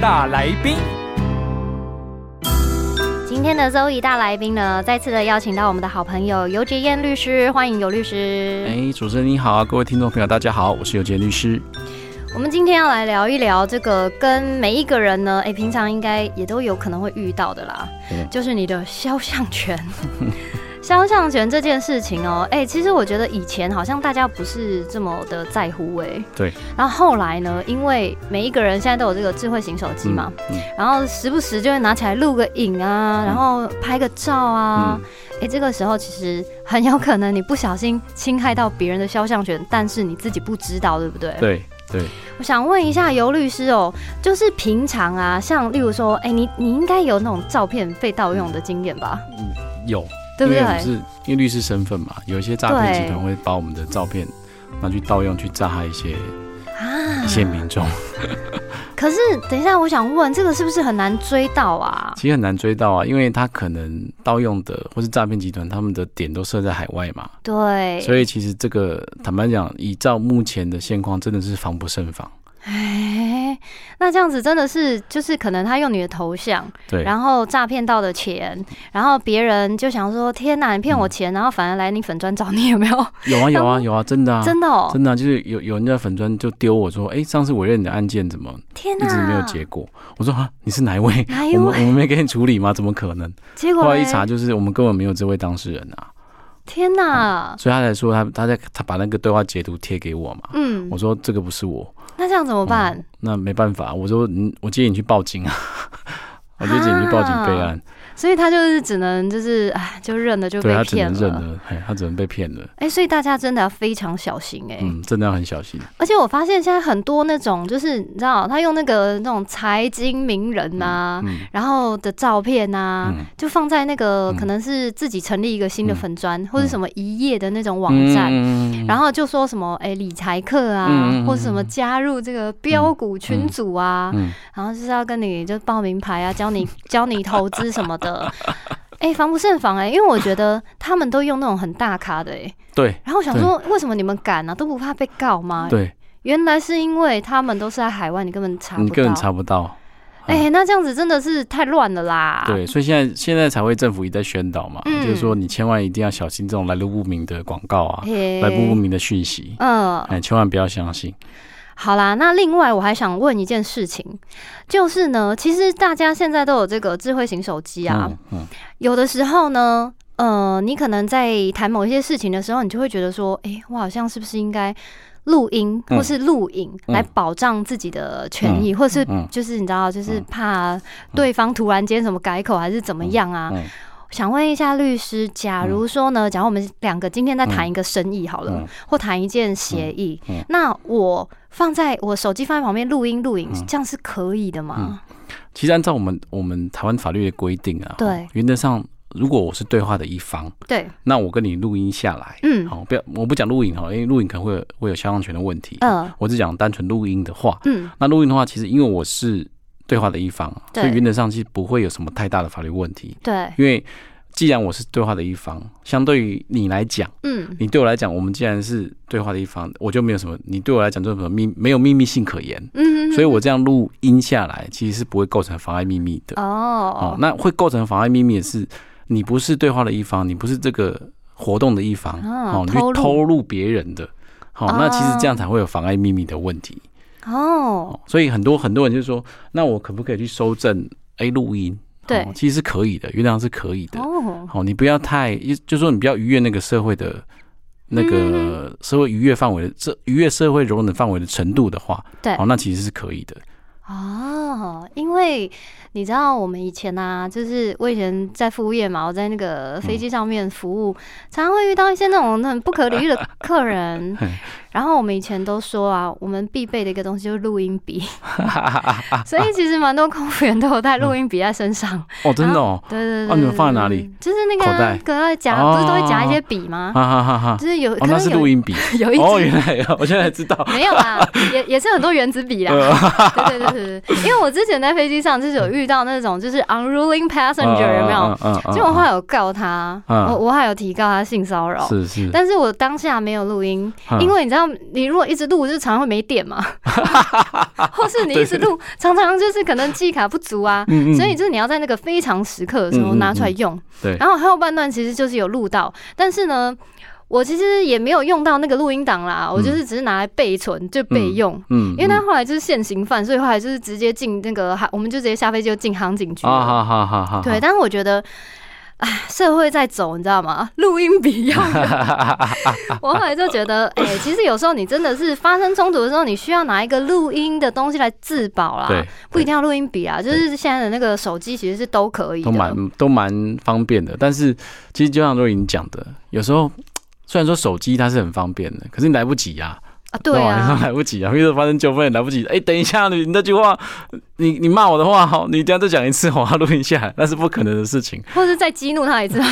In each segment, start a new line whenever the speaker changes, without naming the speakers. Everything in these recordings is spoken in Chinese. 大来宾，
今天的 Zoe 大来宾呢，再次的邀请到我们的好朋友尤杰燕律师，欢迎尤律师。
哎，主持人你好，各位听众朋友，大家好，我是尤杰律师。
我们今天要来聊一聊这个跟每一个人呢，哎，平常应该也都有可能会遇到的啦，
嗯
就是你的肖像 权。肖像权这件事情哦，哎、其实我觉得以前好像大家不是这么的在乎哎、
对。
然后后来呢，因为每一个人现在都有这个智慧型手机嘛，
嗯嗯嗯
然后时不时就会拿起来录个影啊，然后拍个照啊，哎、这个时候其实很有可能你不小心侵害到别人的肖像权，但是你自己不知道，对不对？
对对，
我想问一下尤律师哦，就是平常啊，像例如说，哎、你你应该有那种照片被盗用的经验吧，
有，
对不
因为我们
对？
是因为律师身份嘛，有一些诈骗
对
集团会把我们的照片拿去盗用，去诈害一些
啊
一些民众，
可是等一下，我想问，这个是不是很难追到 啊？
其实很难追到啊，因为他可能盗用的或是诈骗集团他们的点都设在海外嘛，
对，
所以其实这个坦白讲，依照目前的现况，真的是防不胜防。
哎、那这样子真的是，就是可能他用你的头像，
对，
然后诈骗到的钱，然后别人就想说，天哪，你骗我钱，然后反而来你粉砖找你，有没有？
有啊有啊有啊，真 的啊。
真的哦，
真的啊、就是有有人在粉砖就丢我说，哎、上次委任你的案件怎么
天哪，
一直没有结果。我说啊，你是哪一位？
哪一位
我们我们没给你处理吗？怎么可能？
结果
后来一
嘞
查，，就是我们根本没有这位当事人啊，
天哪，
所以他才说他他在他把那个对话截图贴给我嘛。
嗯
我，嗯说这个不是我，
那这样怎么办？
那没办法，我说嗯，我建议你去报警啊， 我就建议你去报
啊
警备案。
所以他就是只能就是哎，就认了就
对
被
他只
骗
能认
了。
了，哎，他只能被骗了。
哎、所以大家真的要非常小心哎、
嗯，真的要很小心。
而且我发现现在很多那种就是你知道，他用那个那种财经名人呐、
嗯
然后的照片呐、
嗯
就放在那个
嗯
可能是自己成立一个新的
嗯
粉砖、或者什么一页的那种网站。
嗯，
然后就说什么哎理财课啊，
嗯嗯嗯
或者什么加入这个标股群组啊，
嗯
然后就是要跟你就报名牌啊，教你 教你投资什么的。哎、防不胜防哎、因为我觉得他们都用那种很大咖的哎、
对
然后我想说，为什么你们敢呢、啊？都不怕被告吗？
对，
原来是因为他们都是在海外，你根本查
你
不
根本
到。
查不到。
哎、那这样子真的是太乱了啦。
对，所以现在现在才会政府一直在宣导嘛，
啊嗯哎
就是说你千万一定要小心这种来路不明的广告啊，
嘿，
来路不明的讯息，
嗯，
哎，千万不要相信。
好啦，那另外我还想问一件事情，就是呢，其实大家现在都有这个智慧型手机啊，
嗯嗯，
有的时候呢，呃，你可能在谈某一些事情的时候，你就会觉得说，诶，我好像是不是应该录音
嗯
或是录影
嗯
来保障自己的权益，或是
嗯
就是你知道，就是怕对方突然间什么改口还是怎么样啊？
嗯嗯
想问一下律师，假如说呢，假如我们两个今天在谈一个生意好了，
嗯
或谈一件协议，
嗯嗯
那我放在我手机放在旁边录音录影，
嗯
这样是可以的吗？
其实按照我们我们台湾法律的规定啊，
对
原则上如果我是对话的一方，
对，
那我跟你录音下来，
嗯
好，不要我不讲录影哦哈，因为录影可能会有会有肖像权的问题，
嗯
我只讲单纯录音的话，
嗯，
那录音的话，其实因为我是对话的一方，
对
所以原则上其实不会有什么太大的法律问题，
对，
因为既然我是对话的一方，相对于你来讲，
嗯，
你对我来讲，我们既然是对话的一方，我就没有什么，你对我来讲就没有秘没有秘密性可言，
嗯，
所以我这样录音下来，其实是不会构成妨碍秘密的。
哦
哦，，那会构成妨碍秘密的是，你不是对话的一方，你不是这个活动的一方，
啊
哦，你
偷
去
录
偷录别人的，好、
啊
那其实这样才会有妨碍秘密的问题。
哦
哦，，所以很多很多人就说，那我可不可以去收证？哎，录音，
对
哦其实是可以的，原谅是可以的。
哦，
好、你不要太，就说你不要逾越那个社会的。那
嗯
个社会逾越范围的，这逾越社会容忍范围的程度的话，
对
哦，那其实是可以的。
哦，因为你知道我们以前啊，就是我以前在服务业嘛，我在那嗯个飞机上面服务，常常会遇到一些那种很不可理喻的客人，然后我们以前都说啊，我们必备的一个东西就是录音 笔，所以其实蛮多空服员都有带录音笔 在身上。
哦，真的哦，
对对对
哦你们放在哪里
对对对就是那个
口袋
啊，可爱夹，不是都会夹一些笔吗？
哈哈哈哈。
就是有，
哦，
啊可
那
能
是
有
录音笔。
有一
哦，
支
原来我现在 才知道。
没有啦，也也是很多原子笔啦。 对对对对对，因为我之前在飞机上就是有遇到那种就是 unruling passenger 有没有？
嗯？嗯
就我后来有告他，
嗯
我我还有提告他性骚扰。
是啊是，
但是我当下没有录音，因为你知道，你如果一直录，就是常常会没电 嘛，或是你一直录，常常就是可能记忆卡不足啊，
嗯嗯
所以就是你要在那个非常时刻的时候
嗯嗯嗯
拿出来用。
对
然后后半段其实就是有录到，但是呢。我其实也没有用到那个录音档啦，我就是只是拿来备存，就备用。
嗯，
因为他后来就是现行犯，所以后来就是直接进那个航，我们就直接下飞机就进航警局了。
啊，好好好好，
对，但是我觉得，哎，社会在走，你知道吗？录音笔要 有。我后来就觉得，哎、其实有时候你真的是发生冲突的时候，你需要拿一个录音的东西来自保啦
对，，
不一定要录音笔啊。就是现在的那个手机其实是都可以
都
的。
蛮都蛮方便的。但是其实就像若莹讲的，有时候虽然说手机它是很方便的，可是你来不及呀、
啊，对
那
啊，
来不及啊，哦比如说发生纠纷也来不及。哎、等一下，你你那句话，你你骂我的话， 好，你等一下再讲一次，我要录一下来，那是不可能的事情。
或者再激怒他一次， 然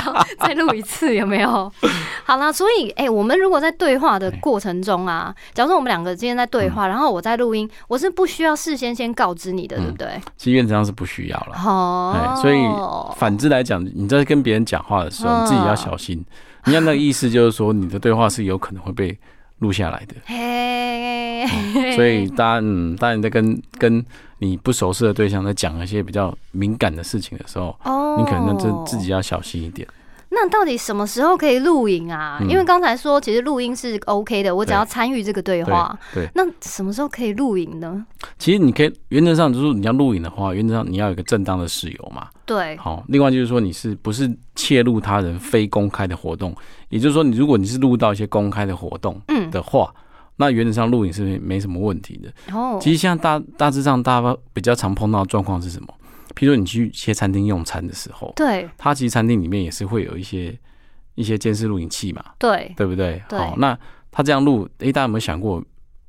后再录一次，有没 有？好啦，所以哎、我们如果在对话
哎
的过程中啊，假如说我们两个今天在对
嗯
话，然后我在录音，我是不需要事先先告知你的，对不对？
其实原则上是不需要了。哎
哦，
所以反之来讲，你在跟别人讲话的时候，
嗯
你自己要小心。你看那个意思就是说，你的对话是有可能会被录下来的。
嘿，
哦所以大家嗯，当你在跟跟你不熟识的对象在讲一些比较敏感的事情的时候，
哦，
你可能真自己。要小心一点。
那到底什么时候可以录影啊？
嗯
因为刚才说其实录音是 OK 的，我只
对
要参与这个对
对
话。
对，
那什么时候可以录影呢？
其实你可以原则上就是你要录影的话，原则上你要有一个正当的事由嘛。
对，
好，另外就是说你是不是窃录他人非公开的活动，也就是说你如果你是录到一些公开的活动
嗯，
的话，那原则上录影是没没什么问题的。
哦，
其实像大大致上大家比较常碰到的状况是什么？譬如说你去一些餐厅用餐的时候，
对
它其实餐厅里面也是会有一些一些监视录影器嘛，
对，
对不对？
对
好，那他这样录，诶，大家有没有想过？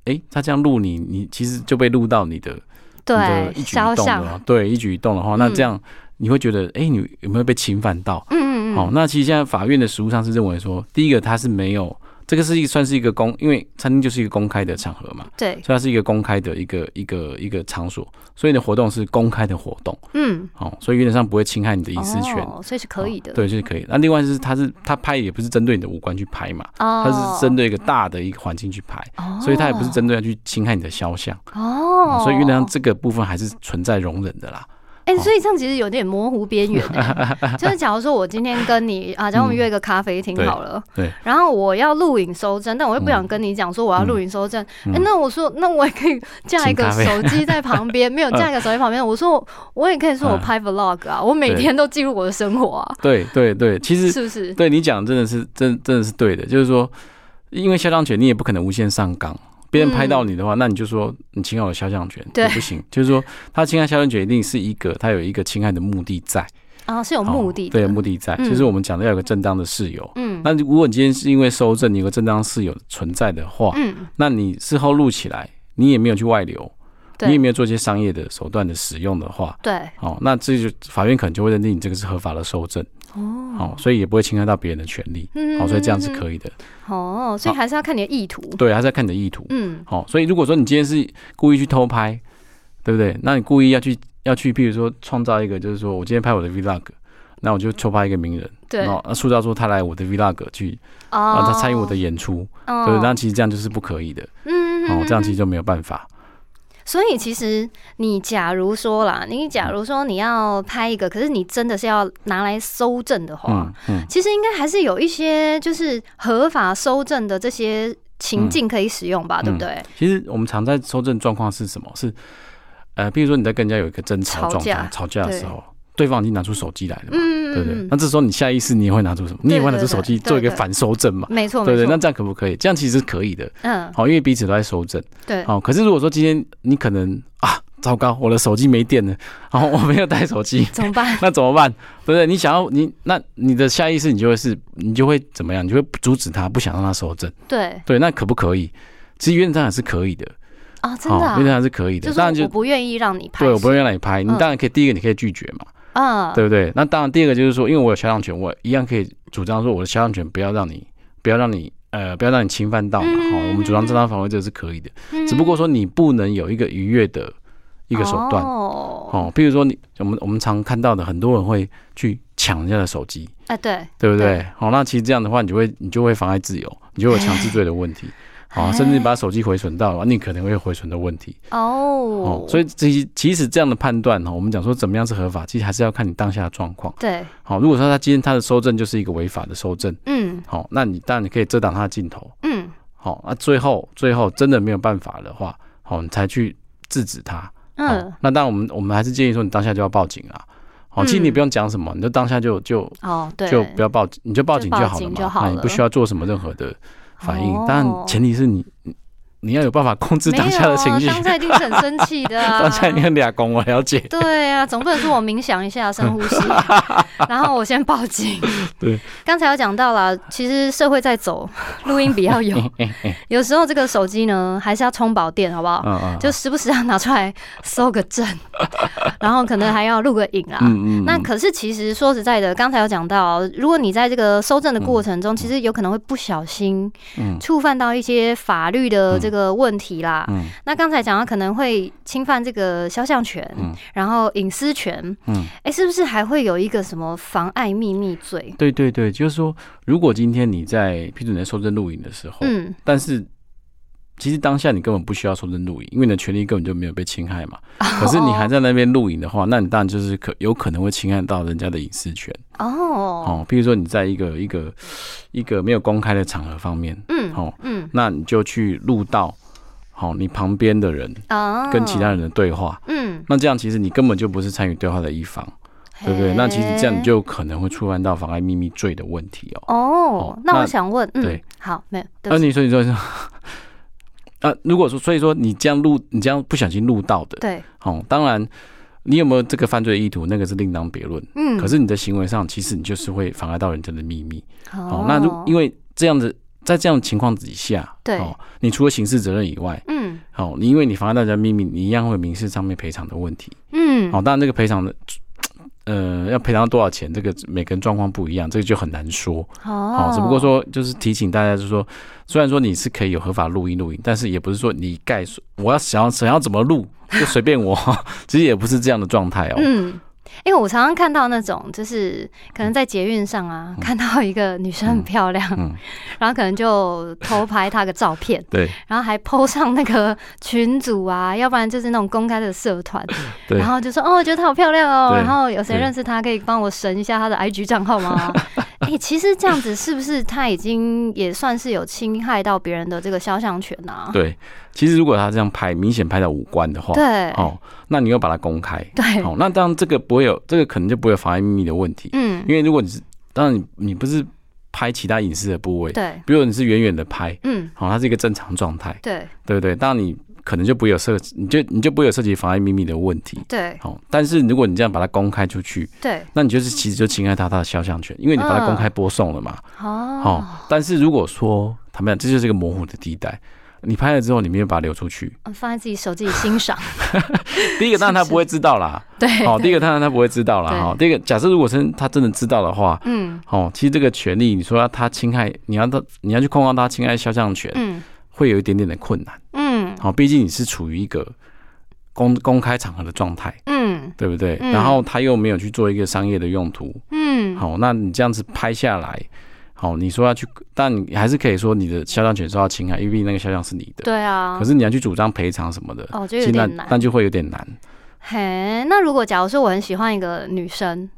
诶，他这样录你，你其实就被录到你的你的
对，
一举
肖
一动
像，
的话，对一举一动的话，那
嗯
这样你会觉得，诶，你有没有被侵犯到？
嗯嗯嗯，
好，那其实现在法院的实务上是认为说，第一个他是没有这个是一算是一个公，因为餐厅就是一个公开的场合嘛，
对，
所以它是一个公开的一个一个一个场所，所以你的活动是公开的活动，
嗯，
好，所以原则上不会侵害你的隐私权。
哦，所以是可以的。
哦，对，就是可以。那另外就是，他是他拍也不是针对你的五官去拍嘛，
哦，
他是针对一个大的一个环境去拍，
哦，
所以他也不是针对要去侵害你的肖像，
哦，
所以原则上这个部分还是存在容忍的啦。
哎、
哦
所以这样其实有点模糊边缘、 欸。就是假如说我今天跟你啊，假如我们约一个咖啡厅
对
好了，
嗯对嗯
然后我要录影收证，但我又不想跟你讲说我要录影收证。哎、那我说，那我也可以架一个
请咖
手机在旁边，没有
嗯
架一个手机旁边。我说，我也可以说我拍 vlog 啊，我每天都记录我的生活啊，
对对对，其实
是不是？
对你讲真的是真真的是对的，就是说，因为肖像权你也不可能无限上纲。别人拍到你的话，那你就说你侵害我的肖像权，
嗯对
也不行。就是说，他侵害肖像权一定是一个他有一个侵害的目的在，
啊，是有目的
哦对
的。
有目的在，
嗯
就是我们讲的要有个正当的事由。
嗯
那如果你今天是因为收证，你有个正当事由存在的话，
嗯，
那你事后录起来，你也没有去外流，你
对
也没有做一些商业的手段的使用的话，
对
哦，那这就法院可能就会认定你这个是合法的收证，
哦
哦，所以也不会侵害到别人的权利，
嗯
哦，所以这样是可以的。
哦，所以还是要看你的意图。
对，还是要看你的意图。
嗯
好、所以如果说你今天是故意去偷拍，对不对？那你故意要去要去，譬如说创造一个，就是说我今天拍我的 vlog，那我就偷拍一个名人，
对
然后呃塑造出他来我的 vlog 去，啊，
哦
他参与我的演出，
哦
对，那其实这样就是不可以的，
嗯嗯
哦，这样
嗯
其实就没有办法。
所以其实你假如说啦，你假如说你要拍一个，可是你真的是要拿来搜证的话，
嗯嗯，
其实应该还是有一些就是合法搜证的这些情境可以使用
嗯
吧，对不对？
其实我们常在搜证状况是什么？是呃，譬如说你在跟人家有一个争吵
吵
状
架
态、吵架的
对
时候，对方已经拿出手机来了嘛，
嗯
对不对？那这时候你下意识你也会拿出什么？你也会拿出手机
对对对
做一个
对对
反搜证嘛，
没错
对
没
不对？
错，
那这样可不可以？这样其实是可以的。
嗯
好，因为彼此都在收证。
对
好，可是如果说今天你可能啊，糟糕，我的手机没电了， 然后我没有带手机，
怎么办？
那怎么办？对不对？你想要你那你的下意识你就会是，你就会怎么样？你就会阻止他，不想让他收证。
对
对，那可不可以？其实原则上还是可以的，哦
啊，真的、啊
原，则上是可以的。
就
当然
是我
就
不愿意让你拍，
对我不会让你拍，你
嗯
当然可以。第一个你可以拒绝嘛，
啊，
对不对？那当然第二个就是说，因为我有肖像权，我一样可以主张说我的肖像权不要让你不要让你呃不要让你侵犯到嘛。
嗯
好，我们主张正当防卫这个是可以的，
嗯
只不过说你不能有一个逾越的一个手段。
哦，
哦，譬如说你我们我们常看到的，很多人会去抢人家的手机，
哎、对，
对不对
对？
好、那其实这样的话，你就会你就会妨碍自由，你就会有强制罪的问 题。啊，甚至你把手机回存到了，你可能会有回存的问题
哦
哦。，所以其其实这样的判断哈，哦我们讲说怎么样是合法，其实还是要看你当下的状况。
对，
好，如果说他今天他的收证就是一个违法的收证，
嗯
好，那你当然你可以遮挡他的镜头，
嗯，
好，那最后最后真的没有办法的话，好，你才去制止他，好
嗯，
那当然我们我们还是建议说你当下就要报警啊，好，其实你
嗯
不用讲什么，你就当下就就
哦，对，
就不要报警，你就报警
就报
好了
警
嘛，
就好
那你
了
不需要做什么任何的反应
哦，
当然前提是你你你要有办法控制
没有啊
当下的情绪，
当下一定是很生气的啊，
当下你很俩公，我了解，
对啊，总不能说我冥想一下、深呼吸， 然后我先报警。
对，
刚才有讲到啦，其实社会在走，录音笔要 有，
嗯
有时候这个手机呢还是要充饱电，好不好？
嗯嗯，
就时不时要拿出来搜个证，然后可能还要录个影啊。
嗯嗯，
那
嗯
可是其实说实在的，刚才有讲到，如果你在这个搜证的过程中，其实有可能会不小心
嗯
触犯到一些法律的这个问题啦。
嗯
那刚才讲到可能会侵犯这个肖像权，
嗯
然后隐私权，
嗯。
哎、是不是还会有一个什么妨碍秘密罪？
对对对，就是说，如果今天你在批准在收证录影的时候，
嗯，
但是其实当下你根本不需要收证录影，因为你的权利根本就没有被侵害嘛。
哦
可是你还在那边录影的话，那你当然就是可有可能会侵害到人家的隐私权
哦，
哦。譬如说你在一个一个一个没有公开的场合方面，
嗯，
哦，
嗯，
那你就去录到好、你旁边的人
啊，
跟其他，人的对话。
嗯，
那这样其实你根本就不是参与对话的一方，对不对？那其实这样你
嘿。
就可能会触犯到妨碍秘密罪的问题哦。
哦
哦，
那我
那
想问，嗯
对，
好，没有，对不
那、
起
你说，你说，你说， 啊，如果说，所以说你这样录，你这样不小心录到的，
对，
哦，当然，你有没有这个犯罪意图，那个是另当别论。
嗯，
可是你的行为上，其实你就是会妨碍到人家的秘密。
哦
哦，那如因
为，
为这样子，在这样的情况底下，
对
哦，你除了刑事责任以外，
嗯
哦，你因为你妨碍到人家秘密，你一样会有民事上面赔偿的问题。
嗯，
哦，当然这个赔偿的。呃，要赔偿多少钱？这个每个人状况不一样，这个就很难说。
哦
好，只不过，说就是提醒大家，就是说，虽然说你是可以有合法录音录影，但是也不是说你盖说我要想要想要怎么录就随便我， 其实也不是这样的状态哦。
嗯。因为我常常看到那种，就是可能在捷运上啊，看到一个女生很漂亮，
嗯，
然后可能就偷拍她个照片，
对
然后还 PO 上那个群组啊，要不然就是那种公开的社团，
对
然后就说哦，我觉得她好漂亮哦，
对
然后有谁
对
认识她可以帮我审一下她的 IG 账号 吗？哎、其实这样子是不是她已经也算是有侵害到别人的这个肖像权啊？
对，其实如果他这样拍，明显拍到五官的话，
对
哦，那你又把它公开，
对，
哦，那当然这个不会有，这个可能就不会有妨碍秘密的问题，
嗯，
因为如果你是，当然你你不是拍其他隐私的部位，
对，
比如你是远远的拍，
嗯，
好、哦，它是一个正常状态，
对
对不对？当然你可能就不会有涉，你就你就不会有涉及妨碍秘密的问题。
对
好、但是如果你这样把它公开出去，
对，
那你就是其实就侵害到他的肖像权，因为你把它
啊
公开播送了嘛。好、
哦，
但是如果说坦白讲，这就是一个模糊的地带。你拍了之后，你没有把它流出去。
放在自己手机里欣 赏，嗯
第一个，当然他不会知道啦。
对，
好、第一个当然他不会知道啦。
对
好、第一个，假设如果真他真的知道的话，
嗯
哦，其实这个权利，你说他侵害，你要到你要去控告他侵害肖像权，
嗯
会有一点点的困难。
嗯
好、毕竟你是处于一个公公开场合的状态，
嗯
对不对？
嗯
然后他又没有去做一个商业的用途，
嗯，
好，那你这样子拍下来，好，你说要去，但你还是可以说你的肖像权受到侵害，因为毕竟那个肖像是你的。
对啊
可。是你要去主张赔偿什么的，
哦，就有
其实那
点难。
那就会有点难。
嘿，那如果假如说我很喜欢一个女生，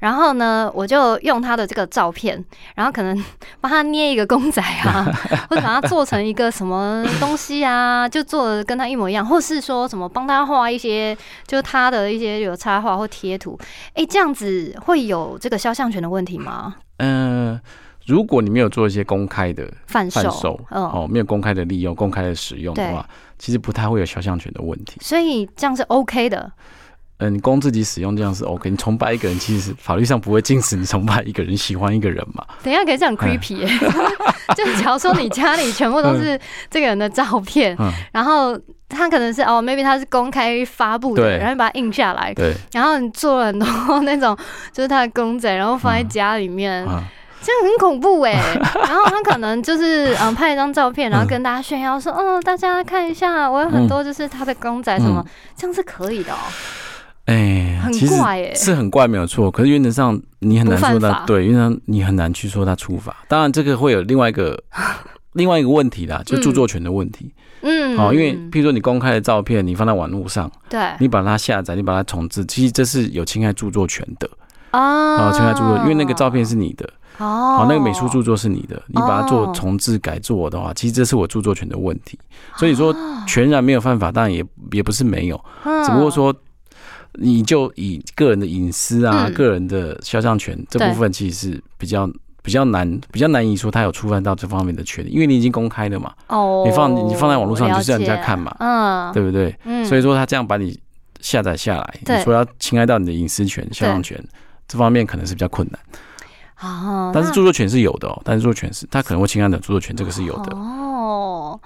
然后呢，我就用她的这个照片，然后可能 帮她捏一个公仔啊，或者把它做成一个什么东西啊，就做的跟她一模一样，或是说什么帮她画一些，就是她的一些有插画或贴图，哎、这样子会有这个肖像权的问题吗？
嗯、如果你没有做一些公开的
贩
贩
售
售，，
嗯，
哦，没有公开的利用、公开的使用的话，其实不太会有肖像权的问题。
所以这样是 OK 的，
嗯，你供自己使用这样是 OK。你崇拜一个人，其实法律上不会禁止你崇拜一个人、喜欢一个人嘛。
等一下可以
哎
这样 creepy，、欸、 就是假如说你家里全部都是这个人的照 片，
嗯，
然后他可能是哦，maybe 他是公开发布的，
对
然后你把它印下来，
对，
然后你做了很多那种 就是他的公仔，然后放在家里面，
嗯，
这样很恐 怖哎、然后他可能就是嗯拍一张照片，然后跟大家炫耀说，哦，大家看一下，我有很
嗯
多就是他的公仔什么，这样是可以的哦。
哎、
很
其实
怪哎
是很怪，没有错。可是原则上你很难说
不犯
他
法
对，因为他你很难去说他触法。当然，这个会有另外 一个另外一个问题啦，就著作权的问题。
嗯，哎
哦，因为譬如说你公开的照片，你放在网络上，
对
你把它下载，你把它重置，其实这是有侵害著作权的。
啊
哦，侵害著作，因为那个照片是你的，
哦
哦，那个美术著作是你的，你把它做重置改做的话，其实这是我著作权的问题。所以
啊
说全然没有犯法，当然也也不是没有，
嗯
只不过说，你就以个人的隐私啊、
嗯
个人的肖像权这
对
部分，其实是比较比较难、比较难以说他有触犯到这方面的权利，因为你已经公开了嘛，
哦，
你放你放在网络上就是让人家看嘛
了解嗯，
对不对？
嗯，
所以说他这样把你下载下来，
对
你说要侵害到你的隐私权、肖像权。这方面可能是比较困难，
啊，
但是
那
著作权是有的哦，但是著作权是他可能会侵害到著作权，这个是有的。
哦，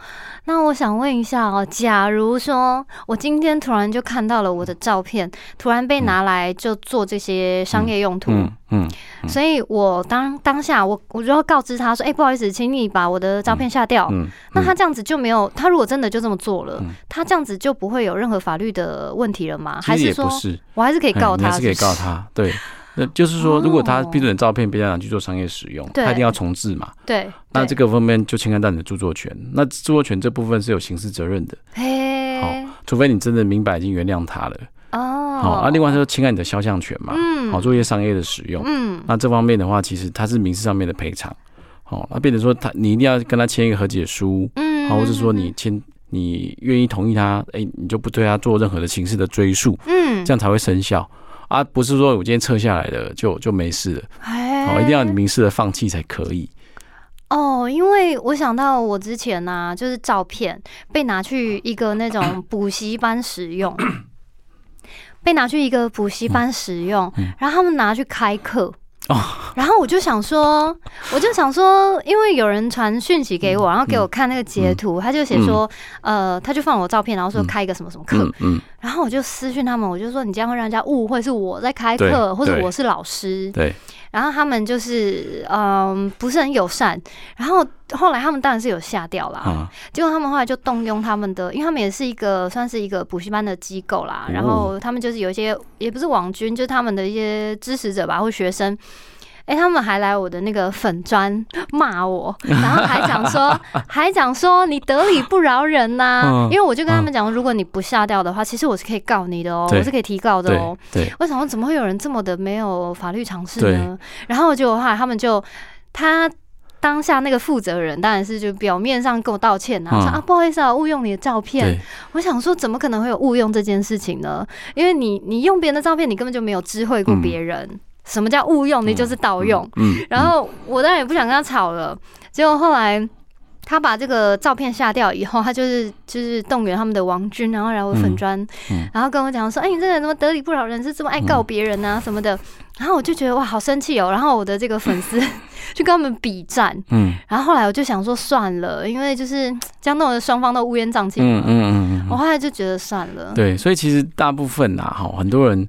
那我想问一下哦，假如说我今天突然就看到了我的照片，突然被拿来就做这些商业用途，
嗯嗯，嗯
所以我当当下我我就要告知他说，哎、不好意思，请你把我的照片下掉。
嗯，
那
嗯
他这样子就没有，他如果真的就这么做了，
嗯
他这样子就不会有任何法律的问题了吗？
其
还
实也
说
不是，
我还是可以
嗯
告
你
他
还是可以告他。对，那就是说，如果他
哦
批准照片被家长去做商业使用，
对
他一定要重置嘛。
对，
那
对
这个方面就侵害到你的著作权。那著作权这部分是有刑事责任的，
嘿，
除非你真的明白已经原谅他了。
哦，
好、啊，另外就是侵害你的肖像权嘛，
嗯
好做一些商业的使用。
嗯，
那这方面的话，其实它是民事上面的赔偿。好、那变成说他你一定要跟他签一个和解书，
嗯，
好、或者说你签你愿意同意他，哎、你就不对他做任何的刑事的追诉。
嗯，
这样才会生效啊，不是说我今天撤下来了就就没事了，
哎，
哦，一定要你明示的放弃才可以。
哦，因为我想到我之前呢、就是照片被拿去一个那 种补习班使用，被拿去一个补习班使用，然后他们拿去开课。
嗯哦
然后我就想说，我就想说，因为有人传讯息给
嗯
我，然后给我看那个截图，他就写说，呃，他就放我照片，然后说开一个什么什么课，
嗯嗯，
然后我就私讯他们，我就说你这样会让人家误会是我在开
对
课，或者
对
我是老师。
对，
然后他们就是嗯不是很友善，然后后来他们当然是有下掉啦。
啊，
结果他们后来就动用他们的，因为他们也是一个算是一个补习班的机构啦，
哦
然后他们就是有一些也不是网军，就是他们的一些支持者吧或学生。哎、他们还来我的那个粉砖 骂我，然后还讲 说，还讲说你得理不饶人呐、
嗯
因为我就跟他们讲，如果你不下掉的话，其实我是可以告你的哦、
对
我是可以提告的
对
哦、
对，
我想说，怎么会有人这么的没有法律常识呢？然后结果后来他们就他。当下那个负责人当然是就表面上跟我道歉啊，
嗯
说啊不好意思啊，误用你的照片
对。，
我想说，怎么可能会有误用这件事情呢？因为你你用别人的照片，你根本就没有知会过
嗯
别人。什么叫误用？你就是盗用。
嗯，
然后我当然也不想跟他吵了，结果后来。他把这个照片下掉以后，他就是就是动员他们的王军，然后来我粉砖，
嗯嗯
然后跟我讲说：“哎、你这个人怎么得理不饶人，是这么爱告别人啊、什么的。”然后我就觉得哇，好生气哦。然后我的这个粉丝 就跟他们比战，
嗯
然后后来我就想说算了，因为就是这样弄得双方都乌烟瘴气
嗯
嘛。
嗯嗯
我
嗯，
后来就觉得算了，
对，所以其实大部分呐，哈，很多人。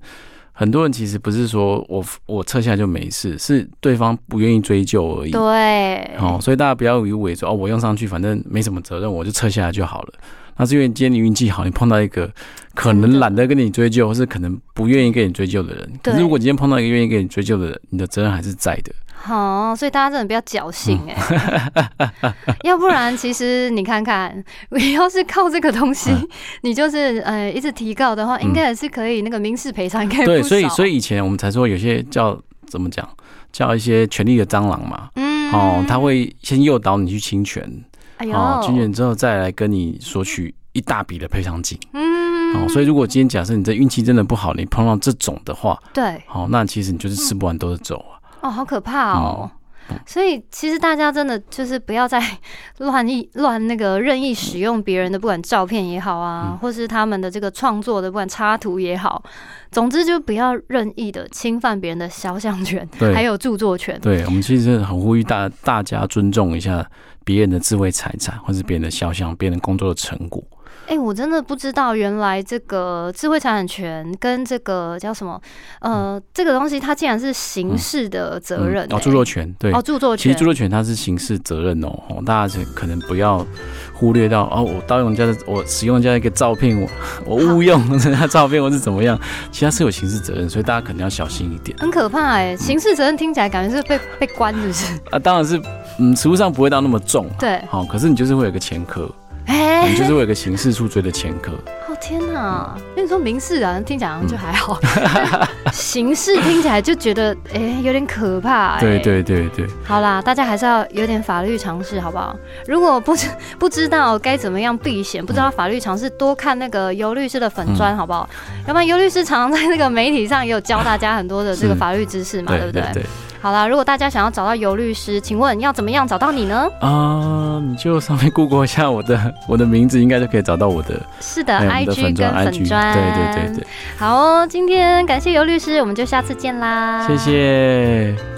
很多人其实不是说我我撤下就没事，是对方不愿意追究而已。
对，
哦，所以大家不要以为说哦，我用上去反正没什么责任，我就撤下来就好了。那是因为今天你运气好，你碰到一个可
真的
能懒得跟你追究，或是可能不愿意跟你追究的人。可是
对
如果今天碰到一个愿意跟你追究的人，你的责任还是在 的。
好、所以大家真的不要侥幸
嗯
哎、 要不然其实你看看， 你要是靠这个东西，
嗯
你就是呃一直提告的话，应该也是可以那个民事赔偿，应该
对，
不
所以
少
所以以前我们才说有些叫怎么讲，叫一些权力的蟑螂嘛。
嗯
哦，他会先诱导你去侵权，
哎呦，
哦，侵权之后再来跟你索取一大笔的赔偿金。
嗯
哦，所以如果今天假设你这运气真的不好，你碰到这种的话，
对
哦，那其实你就是吃不完兜着走啊。
哦，好可怕哦。所以其实大家真的就是不要再 乱意乱那个任意使用别人的，不管照片也好啊，
嗯
或是他们的这个创作的，不管插图也好，总之就不要任意的侵犯别人的肖像权，
对
还有著作权。
对，我们其实很呼吁大大家尊重一下别人的智慧财产，或是别人的肖像、别人工作的成果。
哎、我真的不知道，原来这个智慧财产权跟这个叫什么，呃，这个东西它竟然是刑事的责任、
嗯哦，
欸
著作权，对，
哦，著作
其
权
实著作权它是刑事责任哦，哦大家是可能不要忽略到哦，我盗用人家的，我使用人家一个照片，我 我误用人家照片，我是怎么样，其实它是有刑事责任，所以大家可能要小心一点
很可怕
嗯
哎、刑事责任听起来感觉是被被关，是不是？
啊。当然是，嗯，实物上不会到那么重，
对，
好、可是你就是会有一个前科，
哎、
你就是会有一个刑事处罪的前科，
哦天哪！那你说民事啊，听起来好像就还 好，刑事听起来就觉得哎、有点可怕、哎。
对。对对对，
好啦，大家还是要有点法律常识，好不好？如果不知 不知道该怎么样避险，不知道法律常识，多看那个尤律师的粉
嗯
砖，好不好？要不然尤律师常常在那个媒体上也有教大家很多的这个
是
法律知识嘛，对不
嗯对
对
对？对。
好啦，如果大家想要找到尤律师，请问要怎么样找到你呢？
啊，你就上面 Google 一下我的 我的名字，应该就可以找到我的，
是的
还有我们的
，IG
粉
跟粉
砖 IG，
砖，
对对对对，
好哦，今天感谢尤律师，我们就下次见啦，
谢。谢。